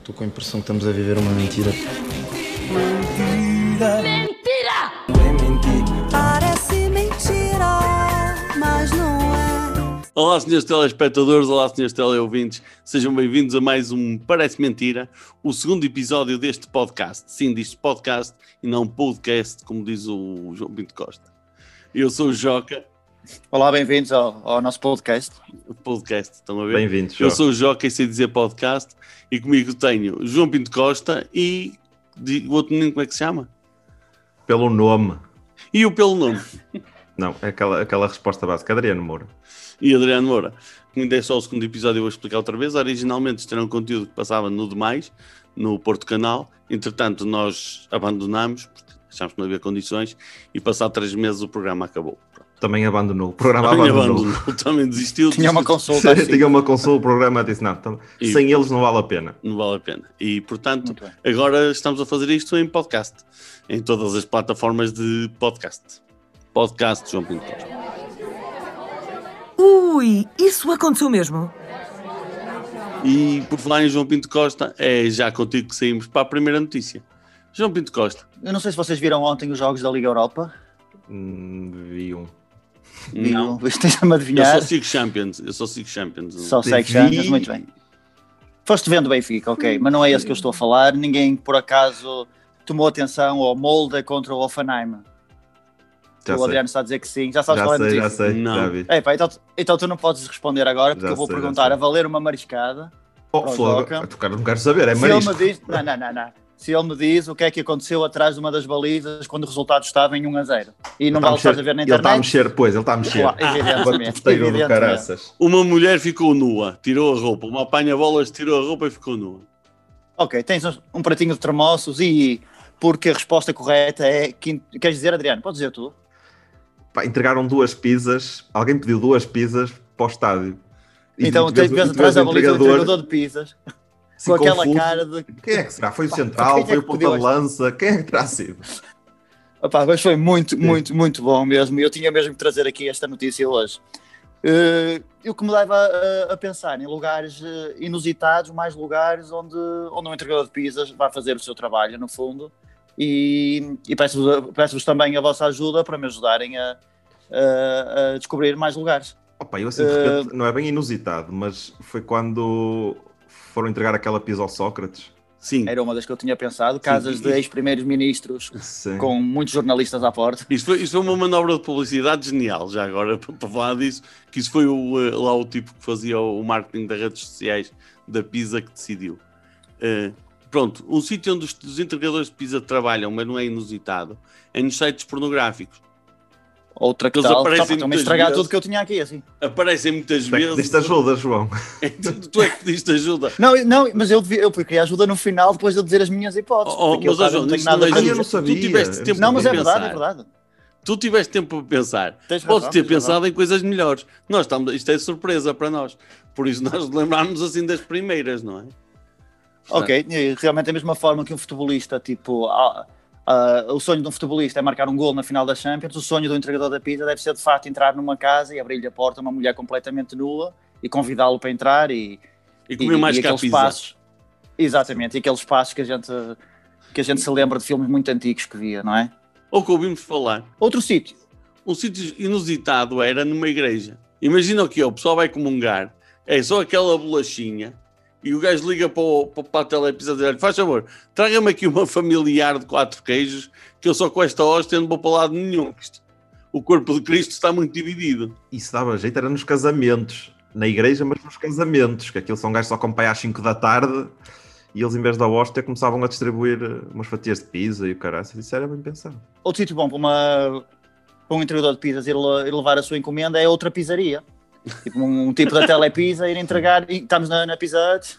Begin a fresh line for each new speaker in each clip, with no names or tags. Estou com a impressão que estamos a viver uma mentira.
Mentira!
Parece mentira, mas não é.
Olá, senhores telespectadores, olá, senhores teleouvintes, sejam bem-vindos a mais um Parece Mentira, o segundo episódio deste podcast. Sim, diz podcast e não podcast, como diz o João Pinto Costa. Eu sou o Joca,
Olá, bem-vindos ao, ao nosso podcast.
podcast, estão a ver?
Bem-vindos,
Eu
João.
sou o Joca e sei dizer podcast e comigo tenho João Pinto Costa e de- o outro menino, como é que se chama?
Pelo nome.
E o pelo nome,
Não, é aquela, aquela resposta básica. Adriano Moura.
e Adriano Moura. Ainda é só o segundo episódio, eu vou explicar outra vez. Originalmente isto era um conteúdo que passava no Demais, no Porto Canal. Entretanto, nós abandonámos, porque achámos que não havia condições, e passado três meses o programa acabou.
Também abandonou. O programa
Também
abandonou.
abandonou, também desistiu.
Tinha uma
desistiu.
consulta assim.
Tinha uma consola, o programa disse, não, tam-
E-
sem eles não vale a pena.
Não vale a pena. E, portanto,
Muito bem.
Agora estamos a fazer isto em podcast, em todas as plataformas de podcast. Podcast João Pinto Costa.
Ui, isso aconteceu mesmo?
E por falar em João Pinto Costa, é já contigo que saímos para a primeira notícia. João Pinto Costa.
Eu não sei se vocês viram ontem os jogos da Liga Europa.
Hum, vi um.
Não.
Estás-me
Eu só
a é adivinhar.
sigo Champions. Eu só sigo Champions.
Só
Vi-
segue Champions, muito bem. Foste vendo Benfica, ok, mas não é esse que eu estou a falar. Ninguém, por acaso, tomou atenção ao Molda contra o Offenheim.
Já
o
sei.
Adriano está a dizer que sim, já sabes
já
qual é a
sei,
notícia.
já sei,
Não.
já vi.
Ei, pá, então, tu- então tu não podes responder agora, porque
Já
eu vou
sei, já
perguntar
sei.
a valer uma mariscada.
Oh,
Pronto,
fogo.
ok.
Tu, cara, não quero saber, é
Se ele
marisco.
me diz, não, não, não, não. Se ele me diz o que é que aconteceu atrás de uma das balizas quando o resultado estava em 1 a 0. E não
Ele tá
vale estar a
mexer-
ver
Ele
na
está a
internet.
mexer, pois, ele está a mexer.
Claro, é evidentemente,
Bateiro do
evidentemente.
caraças.
Uma mulher ficou nua, tirou a roupa. Uma apanha-bolas tirou a roupa e ficou nua.
Ok, tens uns- um pratinho de termossos e porque a resposta correta é. quin- Queres dizer, Adriano? Podes dizer tu?
Pá, entregaram duas pizzas, alguém pediu duas pizzas para o estádio. E
então
tu vês-
tens vês
e tu vês
atrás da
o
baliza do
entregador,
entregador de pizzas
assim,
com aquela
confuso.
cara de.
Quem é que será? Foi o
quem
Central?
é
Foi o
que pediu esta?
Ponta-Lança? Quem é que terá sido?
Opa, mas foi muito, muito, muito bom mesmo. Eu tinha mesmo que trazer aqui esta notícia hoje. Eh, e o que me leva a- a, a pensar em lugares eh, inusitados, mais lugares onde, onde um entregador de pizzas vai fazer o seu trabalho, no fundo. E, e peço-vos peço também a vossa ajuda para me ajudarem a, a- a descobrir mais lugares.
Opa, eu assim de
Eh,
repente, não é bem inusitado, mas foi quando foram entregar aquela pizza ao Sócrates.
Sim.
Era uma das que eu tinha pensado. Casas de ex-primeiros ministros
Sim.
com muitos jornalistas à porta.
Isto foi, isto foi uma manobra de publicidade genial, já agora, para para falar disso, que isso foi o, eh, lá o tipo que fazia o o marketing das redes sociais da Pisa que decidiu. Eh, pronto, um sítio onde os, os entregadores de Pisa trabalham, mas não é inusitado, é nos sites pornográficos.
Outra que
Eles
tal.
aparecem
Opa, Estão-me a
muitas
estragar
vezes.
tudo que eu tinha aqui, assim.
Aparecem muitas
Tu é que pediste
vezes.
ajuda, João.
tu, tu é que pediste ajuda.
Não, eu- não, mas eu, devia, eu fui queria ajuda no final depois de eu dizer as minhas hipóteses.
Oh, oh,
porque eu,
mas,
cara,
ó, João,
não tenho
isto não
nada a
é
Ah, eu
dizer.
não sabia.
Tu tiveste tempo
não
Não, mas é
Pensar.
verdade, é verdade.
Tu tiveste tempo para pensar.
Tens razão,
Podes ter
tens razão.
pensado em coisas melhores. Nós estamos, isto é surpresa para nós. Por isso nós lembrámos assim das primeiras, não é?
Ok, e realmente da mesma forma que um futebolista, tipo, ah, ah, o sonho de um futebolista é marcar um gol na final da Champions, o sonho do entregador da pizza deve ser de facto entrar numa casa e abrir-lhe a porta a uma mulher completamente nua e convidá-lo para entrar e,
E comer mais que a pizza.
passos. Exatamente, e aqueles passos que a gente que a gente se lembra de filmes muito antigos que via, não é?
Ou que ouvimos falar.
Outro sítio.
um sítio inusitado era numa igreja. Imagina o que é, o pessoal vai comungar, é só aquela bolachinha, e o gajo liga para, o, para, para a telepisa e diz, "Olha, faz favor, traga-me aqui uma familiar de quatro queijos, que eu só com esta hóstia não vou para lado nenhum. que isto- O corpo de Cristo está muito dividido.
Isso dava jeito, era nos casamentos. Na igreja, mas nos casamentos. Que aquilo são gajos que só acompanham às 5 da tarde e eles, em vez da hóstia, começavam a distribuir eh, umas fatias de pizza e o caraças. Isso era bem pensado.
Outro sítio bom para, uma- para um entregador de pizzas ir, le- ir levar a sua encomenda é outra pizzaria. Tipo um, um tipo da Telepizza ir entregar. E estamos na, na Pizza Hut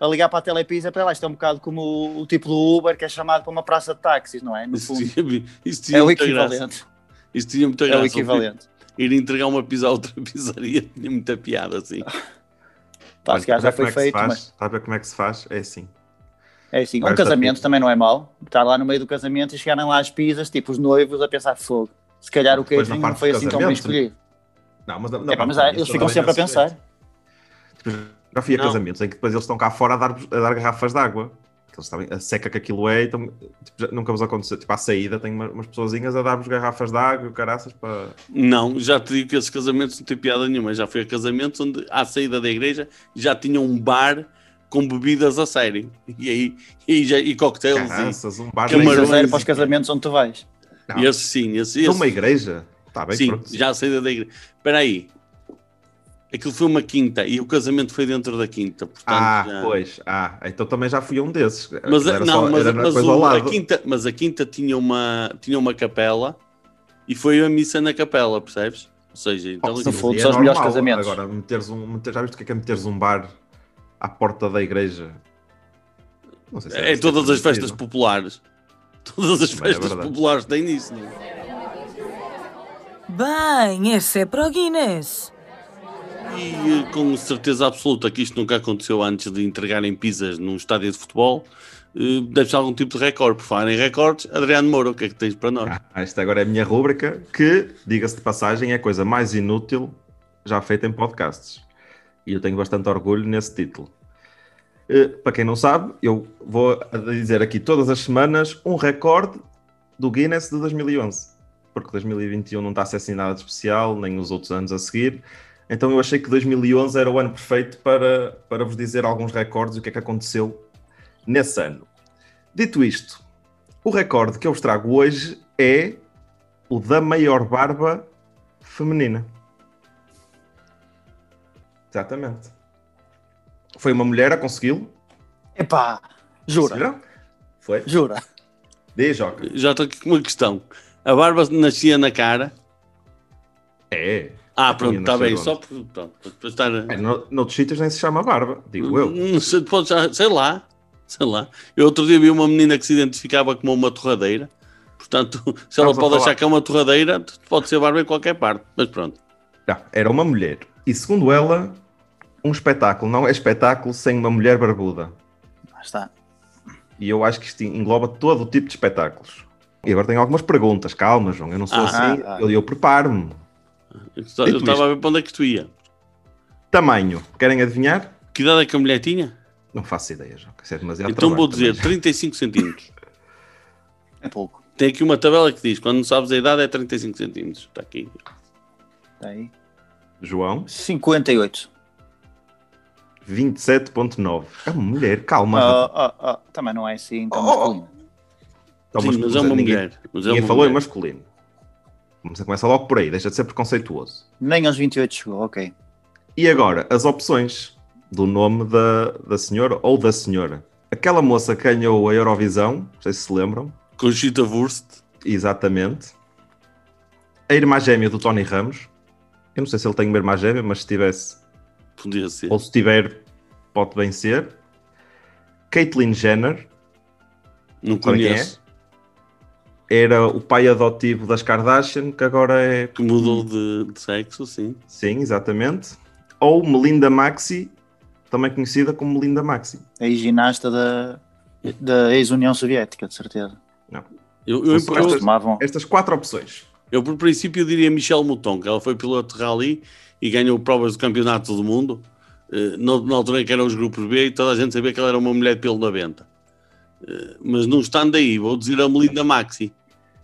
a ligar para a Telepizza para lá. Isto é um bocado como o, o tipo do Uber que é chamado para uma praça de táxis, não é? No
Isso
fundo.
tinha, isso tinha
É o
muita graça.
equivalente.
Isso tinha muita
É
graça.
o equivalente.
Ir entregar uma pizza a outra pizzaria tinha muita piada, assim.
Pá,
Olha,
se calhar já
sabe como
foi
é que se
feito,
faz?
mas
Sabe a ver como é que se faz? É assim.
é assim. Um
Vai estar
casamento
feito.
também não é mau. Estar lá no meio do casamento e chegarem lá as pizzas, tipo os noivos a pensar fogo. Se calhar o
Depois na
queijinho
parte
não foi
do
assim tão bem
casamento.
escolhido.
Não, mas, não,
É, pá,
pá,
mas
não,
há-
isso
eles
não
ficam
dá
sempre a
imenso jeito.
pensar.
Tipo, Já fui a
Não.
casamentos em que depois eles estão cá fora a dar, a dar garrafas de água. Que Eles sabem a seca que aquilo é, então tipo, já- nunca vos aconteceu. Tipo, à saída tem umas pessoazinhas a dar-vos garrafas de água e o caraças para.
Não, já te digo que esses casamentos não têm piada nenhuma. Já fui a casamentos onde, à saída da igreja, já tinha um bar com bebidas a sério. E aí, e, já, e cocktails. E,
Caraças, um bar
Camarões.
na
Mas a
igreja.
sério é para os casamentos onde tu vais.
Não.
e esse sim, esse, esse-
Numa igreja? Está bem,
sim,
pronto.
já à saída da igreja. Espera aí. Aquilo foi uma quinta e o casamento foi dentro da quinta. Portanto,
Ah,
já-
pois. Ah, então também já fui a um desses.
Mas, a-
Era
não,
só-
mas,
era na
mas
coisa
o-
ao
a
lado.
quinta, mas a quinta tinha uma, tinha uma capela e foi a missa na capela, percebes? Ou seja, então,
Oh,
no
sim,
fundo,
é
são os melhores
normal.
casamentos.
Agora, meteres um, meter- já viste o que é, que é meteres um bar à porta da igreja? Não sei
é,
isso que
todas as festas
preciso.
populares. Todas as
Também é
festas
verdade.
populares têm isso, não é?
Bem, esse é para o Guinness.
E eh, com certeza absoluta que isto nunca aconteceu antes de entregarem pizzas num estádio de futebol, eh, deve ser algum tipo de recorde. Por falar em recordes, Adriano Moura, o que é que tens para nós?
Ah, esta agora é a minha rúbrica, que, diga-se de passagem, é a coisa mais inútil já feita em podcasts. E eu tenho bastante orgulho nesse título. Eh, para quem não sabe, eu vou a dizer aqui todas as semanas um recorde do Guinness de 2011. Porque 2021 não está a ser assim nada de especial, nem os outros anos a seguir. Então eu achei que 2011 era o ano perfeito para, para vos dizer alguns recordes e o que é que aconteceu nesse ano. Dito isto, o recorde que eu vos trago hoje é o da maior barba feminina. Exatamente. Foi uma mulher a consegui-lo.
Epá, jura,
Conseguiram? Foi.
jura.
Diz, Joca.
Já estou aqui com uma questão. A barba nascia na cara.
É. Tinha
Ah, pronto, está
nascido
bem,
onde?
só por- pronto, para estar.
é no, noutros sítios nem se chama barba, digo
Hum.
eu.
Não sei, pode Hum, já- sei lá, sei lá. Eu outro dia vi uma menina que se identificava como uma torradeira. Portanto, se ela
Estamos a
pode
falar.
achar que é uma torradeira, pode ser barba em qualquer parte. Mas pronto.
Não, era uma mulher. E segundo ela, um espetáculo não é espetáculo sem uma mulher barbuda.
Ah, está.
E eu acho que isto engloba todo o tipo de espetáculos. E agora tenho algumas perguntas, calma, João. Eu não sou
Ah,
assim,
ah, ah.
eu, eu preparo-me.
Eu só-
E
eu
tu,
estava a ver para onde é que tu ia.
Tamanho, querem adivinhar?
Que idade é que a mulher tinha?
Não faço ideia, João. que Isso é demasiado
então vou
trabalho
dizer
também.
35 centímetros.
É pouco.
Tem aqui uma tabela que diz: quando não sabes a idade é 35 centímetros. Está aqui.
Está Tá aí.
João,
58.
27.9. É uma mulher, calma.
Ah, ah, ah, também não é assim tão
Oh,
masculino.
Então,
Sim, mas é uma
ninguém-
mulher. Mas é
Ninguém
uma
falou em
mulher.
masculino. Começa, começa logo por aí, deixa de ser preconceituoso.
Nem aos 28 chegou, ok.
E agora, as opções do nome da, da senhora ou da senhora. Aquela moça que ganhou a Eurovisão, não sei se se lembram,
Conchita Wurst.
exatamente. A irmã gêmea do Tony Ramos. Eu não sei se ele tem uma irmã gêmea, mas se tivesse,
Podia ser.
ou se tiver, pode bem ser. Caitlyn Jenner,
Não
sabe quem é?
conheço.
era o pai adotivo das Kardashian, que agora é.
Que mudou de, de sexo, sim.
Sim, exatamente. Ou Melinda Maxi, também conhecida como Melinda Maxi.
A ginasta da, da ex-União Soviética, de certeza.
Eu, eu,
São
eu-
estas-
Tomavam.
Estas quatro opções.
Eu, por princípio, diria Michelle Mouton, que ela foi piloto de rally e ganhou provas do campeonato do mundo, eh, na na altura em que eram os grupos B, e toda a gente sabia que ela era uma mulher de pelo na venta. Eh, Mas não estando aí, vou dizer a Melinda Maxi.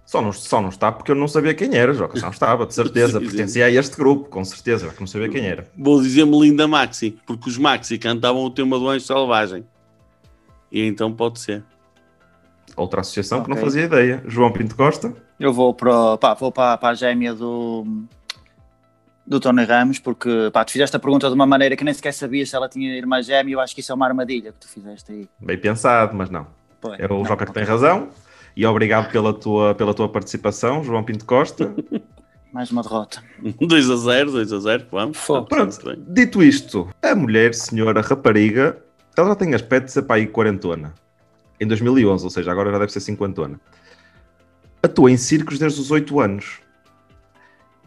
Só não, só não está porque eu não sabia quem era, Joca. Só não estava, de certeza.
Sim, sim.
Pertencia a este grupo, com certeza, que não sabia quem era.
Vou dizer Melinda Maxi, porque os Maxi cantavam o tema do Anjo Selvagem. E então pode ser.
Outra associação que não
Ok.
fazia ideia. João Pinto Costa,
Eu vou para, pá, vou para, para a gêmea do, do Tony Ramos, porque pá, tu fizeste a pergunta de uma maneira que nem sequer sabias se ela tinha irmã gêmea. Eu acho que isso é uma armadilha que tu fizeste aí.
bem pensado, mas não.
Pô,
É o
não,
Joca que
ok.
tem razão. E obrigado pela tua, pela tua participação, João Pinto Costa.
Mais uma derrota.
2 a 0, 2 a 0, vamos.
Fogo.
Pronto,
Muito bem.
dito isto, a mulher, senhora, rapariga, ela já tem aspecto de ser para aí quarentona. Em 2011, ou seja, agora já deve ser cinquentona. Atua em circos desde os 8 anos.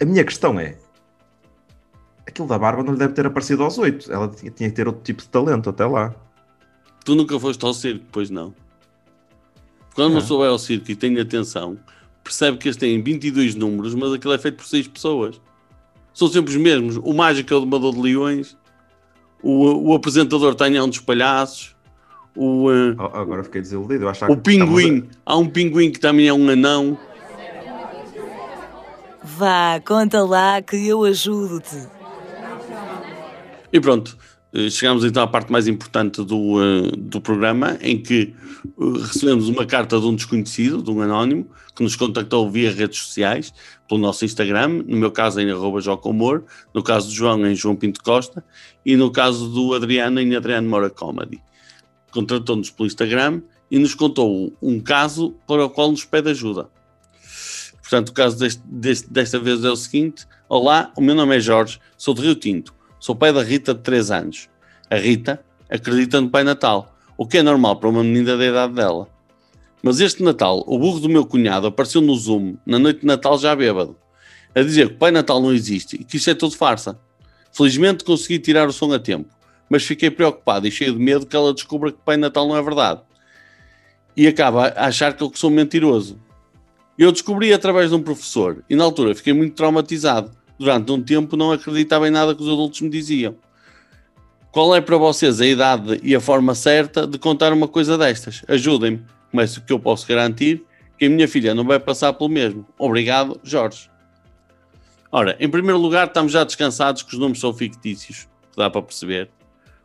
A minha questão é: aquilo da barba não lhe deve ter aparecido aos 8. Ela tinha, tinha que ter outro tipo de talento até lá.
Tu nunca foste ao circo, pois não? Quando uma
Não.
pessoa vai ao circo e tem atenção, percebe que eles têm 22 números, mas aquilo é feito por 6 pessoas. São sempre os mesmos. O mágico é o domador de leões, o, o apresentador tem um dos palhaços, o, eh,
Oh, agora fiquei desiludido. Eu achava
o
que estávamos a-
pinguim, há um pinguim que também é um anão.
Vá, conta lá que eu ajudo-te.
E pronto, eh, chegamos então à parte mais importante do, eh, do programa, em que eh, recebemos uma carta de um desconhecido, de um anónimo, que nos contactou via redes sociais, pelo nosso Instagram, no meu caso em arroba Jocomor, no caso do João em João Pinto Costa e no caso do Adriano em Adriano Mora Comedy. Contratou-nos pelo Instagram e nos contou um caso para o qual nos pede ajuda. Portanto, o caso deste- deste- desta vez é o seguinte: Olá, o meu nome é Jorge, sou de Rio Tinto, sou pai da Rita de 3 anos. A Rita acredita no Pai Natal, o que é normal para uma menina da idade dela. Mas este Natal, o burro do meu cunhado apareceu no Zoom, na noite de Natal já bêbado, a dizer que o Pai Natal não existe e que isto é tudo farsa. Felizmente consegui tirar o som a tempo, mas fiquei preocupado e cheio de medo que ela descubra que Pai Natal não é verdade. E acaba a achar que eu que sou mentiroso. Eu descobri através de um professor e na altura fiquei muito traumatizado. Durante um tempo não acreditava em nada que os adultos me diziam. Qual é para vocês a idade e a forma certa de contar uma coisa destas? Ajudem-me, mas o que eu posso garantir é que a minha filha não vai passar pelo mesmo. Obrigado, Jorge. Ora, em primeiro lugar, estamos já descansados que os nomes são fictícios, que dá para perceber,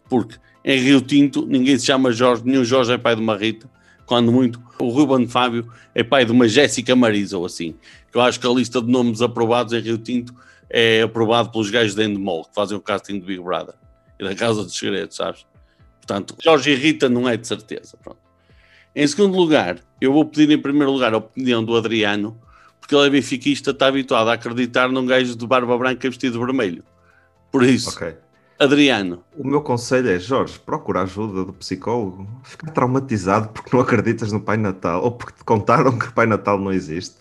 porque em Rio Tinto ninguém se chama Jorge, nenhum Jorge é pai de uma Rita, quando muito o Ruben Fábio é pai de uma Jéssica Marisa ou assim. Eu acho que a lista de nomes aprovados em Rio Tinto é aprovado pelos gajos da Endemol, que fazem o casting do Big Brother e da Casa dos Segredos, sabes? Portanto, Jorge e Rita não é de certeza. Pronto. Em segundo lugar, eu vou pedir em primeiro lugar a opinião do Adriano, porque ele é benfiquista, está habituado a acreditar num gajo de barba branca e vestido de vermelho. Por isso,
Ok.
Adriano,
O meu conselho é, Jorge, procura a ajuda do psicólogo. Ficar traumatizado porque não acreditas no Pai Natal ou porque te contaram que o Pai Natal não existe.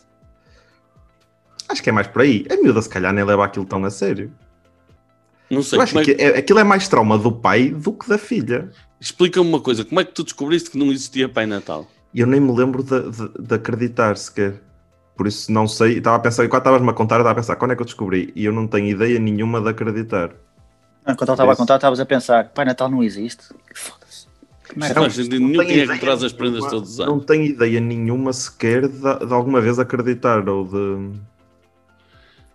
Acho que é mais por aí. A miúda, se calhar, nem leva aquilo tão a sério.
não sei,
Eu acho
como é
que
que-
é- aquilo é mais trauma do pai do que da filha.
explica-me uma coisa, como é que tu descobriste que não existia Pai Natal?
E eu nem me lembro de, de, de acreditar sequer. Por isso não sei. Estava a pensar, enquanto estavas-me a contar, eu estava a pensar quando é que eu descobri. E eu não tenho ideia nenhuma de acreditar.
Ah, Enquanto eu estava a
Isso.
contar, estavas a pensar: Pai Natal não existe. Foda-se. Como é
Não
que-
faz sentido nenhum
tenho
quem é que
ideia
traz as prendas
nenhuma.
todos os
Não
anos.
tenho ideia nenhuma sequer de, de alguma vez acreditar ou de.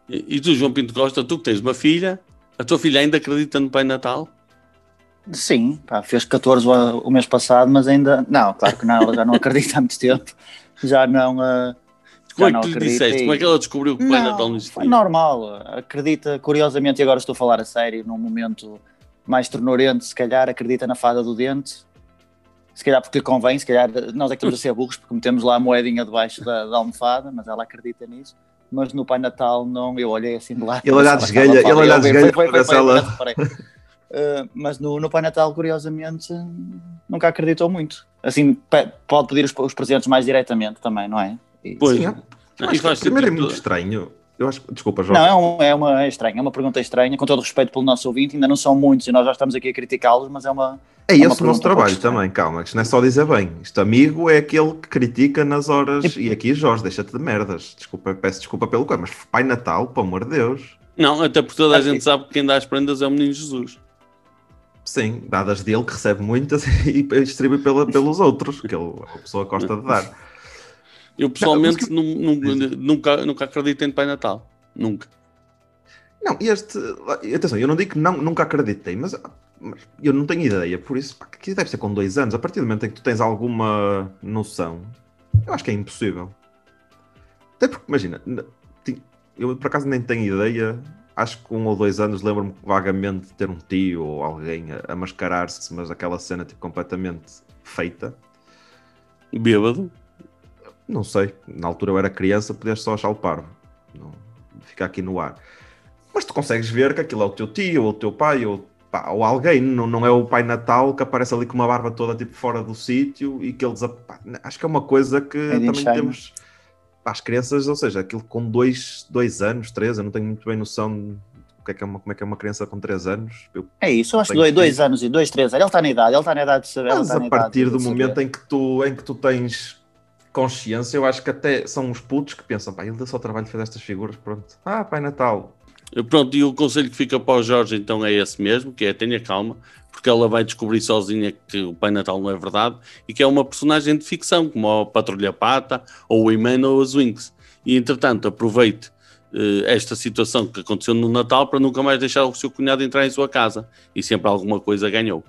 E e tu, João Pinto Costa, tu que tens uma filha, a tua filha ainda acredita no Pai Natal?
Sim, pá, fez 14 o, o mês passado, mas ainda. Não, claro que não, ela já não acredita há muito tempo. Já não. ah,
Como é
já
que
não
tu lhe
acredita
disseste?
e-
Como é que ela descobriu que o Pai Natal não
Não,
existia?
foi normal. Acredita, curiosamente, e agora estou a falar a sério, num momento mais tornorente, se calhar, acredita na fada do dente. Se calhar porque lhe convém, se calhar nós é que estamos a ser burros porque metemos lá a moedinha debaixo da, da almofada, mas ela acredita nisso. Mas no Pai Natal não, eu olhei assim de lá.
Ele olhar
ela
de
estava
esguelha,
a falar,
ele olhar
eu
de
vi,
esguelha
foi, foi,
para ver
foi,
se
foi,
ela-
parei, parei. Uh, mas no, no Pai Natal, curiosamente, nunca acreditou muito. Assim, pe- pode pedir os, os presentes mais diretamente também, não é? E-
Pois.
Sim, é.
Não,
Acho
e
que
faz
primeiro é
sentido.
muito estranho. Eu acho que. Desculpa, João.
Não, é, um- é uma é estranha, é uma pergunta estranha, com todo respeito pelo nosso ouvinte, ainda não são muitos e nós já estamos aqui a criticá-los, mas é uma.
é
uma
esse o
pergunta
nosso
um pouco
trabalho
estranha.
também, calma. Isto não é só dizer bem. Isto amigo é aquele que critica nas horas.
Tipo-
E aqui, Jorge, deixa-te de merdas. Desculpa, peço desculpa pelo quê, mas Pai Natal, pelo amor de Deus.
Não, até porque toda a
Ah,
gente
sim.
sabe que quem dá as prendas é o Menino Jesus.
Sim, dadas dele que recebe muitas e distribui pela, pelos outros, que ele, a pessoa gosta de dar.
Eu pessoalmente nu- nu-
Diz.
nunca, nunca acredito em Pai Natal. Nunca.
Não, este. Atenção, eu não digo que não, nunca acreditei, mas, mas eu não tenho ideia. Por isso, pá, que deve ser com dois anos. A partir do momento em que tu tens alguma noção, eu acho que é impossível. Até porque, imagina, n- ti- eu por acaso nem tenho ideia. Acho que com um ou dois anos lembro-me vagamente de ter um tio ou alguém a, a mascarar-se, mas aquela cena tipo, completamente feita.
Bêbado.
Não sei, na altura eu era criança, podias só achar o parvo. Não, fica aqui no ar. Mas tu consegues ver que aquilo é o teu tio, ou o teu pai, ou, pá, ou alguém, não, não é o pai Natal que aparece ali com uma barba toda tipo fora do sítio e que ele desap... pá, Acho que é uma coisa que
in
também
China.
temos pá, as crianças, ou seja, aquilo com dois, dois anos, três, eu não tenho muito bem noção de o que é que é uma, como é que é uma criança com três anos. Eu
É isso, eu acho que
Tem que-
dois, dois anos e dois, três anos. Ele está na idade, ele está na idade de saber. ele
Mas
está
a
tá na idade
partir
de
do
saber.
momento em que, tu, em que tu tens consciência, eu acho que até são os putos que pensam, pá, ele deu só trabalho de fazer estas figuras, pronto. Ah, Pai Natal.
Pronto, e o conselho que fica para o Jorge então é esse mesmo, que é tenha calma, porque ela vai descobrir sozinha que o Pai Natal não é verdade e que é uma personagem de ficção, como a Patrulha Pata, ou o Iman ou as Winx. E entretanto, aproveite eh, esta situação que aconteceu no Natal para nunca mais deixar o seu cunhado entrar em sua casa e sempre alguma coisa ganhou.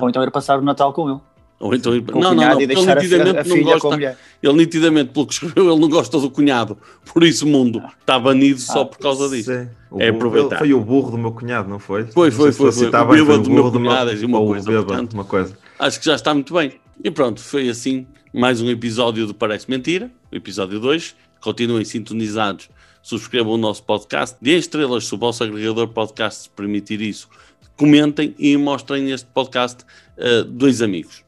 Ou então ir passar o Natal com ele.
Ou então,
Com o
não, não,
cunhado
não,
e
ele
deixar a, fi- a
nitidamente não
filha com a
gosta,
mulher.
ele nitidamente, pelo que escreveu, ele não gosta do cunhado. Por isso, o mundo está banido só
Ah,
por causa disso.
Sim. O
É
burro-
aproveitar.
Foi o burro do meu cunhado, não foi?
Foi,
Não sei
foi,
se estou
foi,
a
foi.
citar
O
bem,
bêbado do meu
burro
cunhado, é uma
ou o
coisa,
bêbado,
portanto.
uma coisa.
Acho que já está muito bem. E pronto, foi assim mais um episódio do Parece Mentira, o episódio 2. Continuem sintonizados, subscrevam o nosso podcast, dêem estrelas se o vosso agregador podcast se permitir isso, comentem e mostrem este podcast a dois amigos.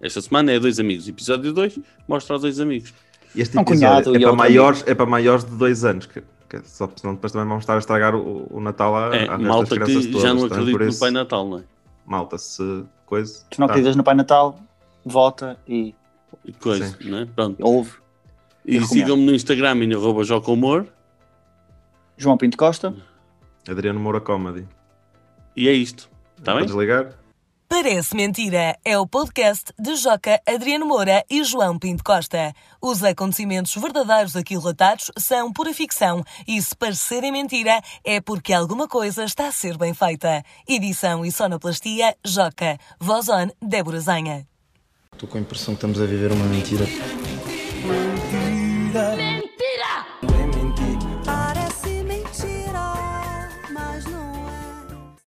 Esta semana é dois amigos, episódio 2, mostra aos dois amigos.
Este
Um
episódio
cunhado
é,
e
para
outro
maiores, é para maiores de dois anos, que, que só porque senão depois também vamos estar a estragar o, o Natal à,
É,
à resta das
malta
Ah, crianças
que
todas.
já não
portanto,
acredito
por
no
isso,
Pai Natal, não é?
Malta, se coisa.
Se não
tá.
acreditas no Pai Natal, vota e
E Coisa, não é? Pronto.
ouve
É
E
recomendo.
sigam-me no Instagram em arroba Jocomor.
João Pinto Costa.
Adriano Moura Comedy.
E é isto. Está
Para
bem?
desligar?
Parece Mentira é o podcast de Joca, Adriano Moura e João Pinto Costa. Os acontecimentos verdadeiros aqui relatados são pura ficção e se parecerem mentira é porque alguma coisa está a ser bem feita. Edição e sonoplastia, Joca. Voz on, Débora Zanha.
Estou com a impressão que estamos a viver uma mentira.
Mentira.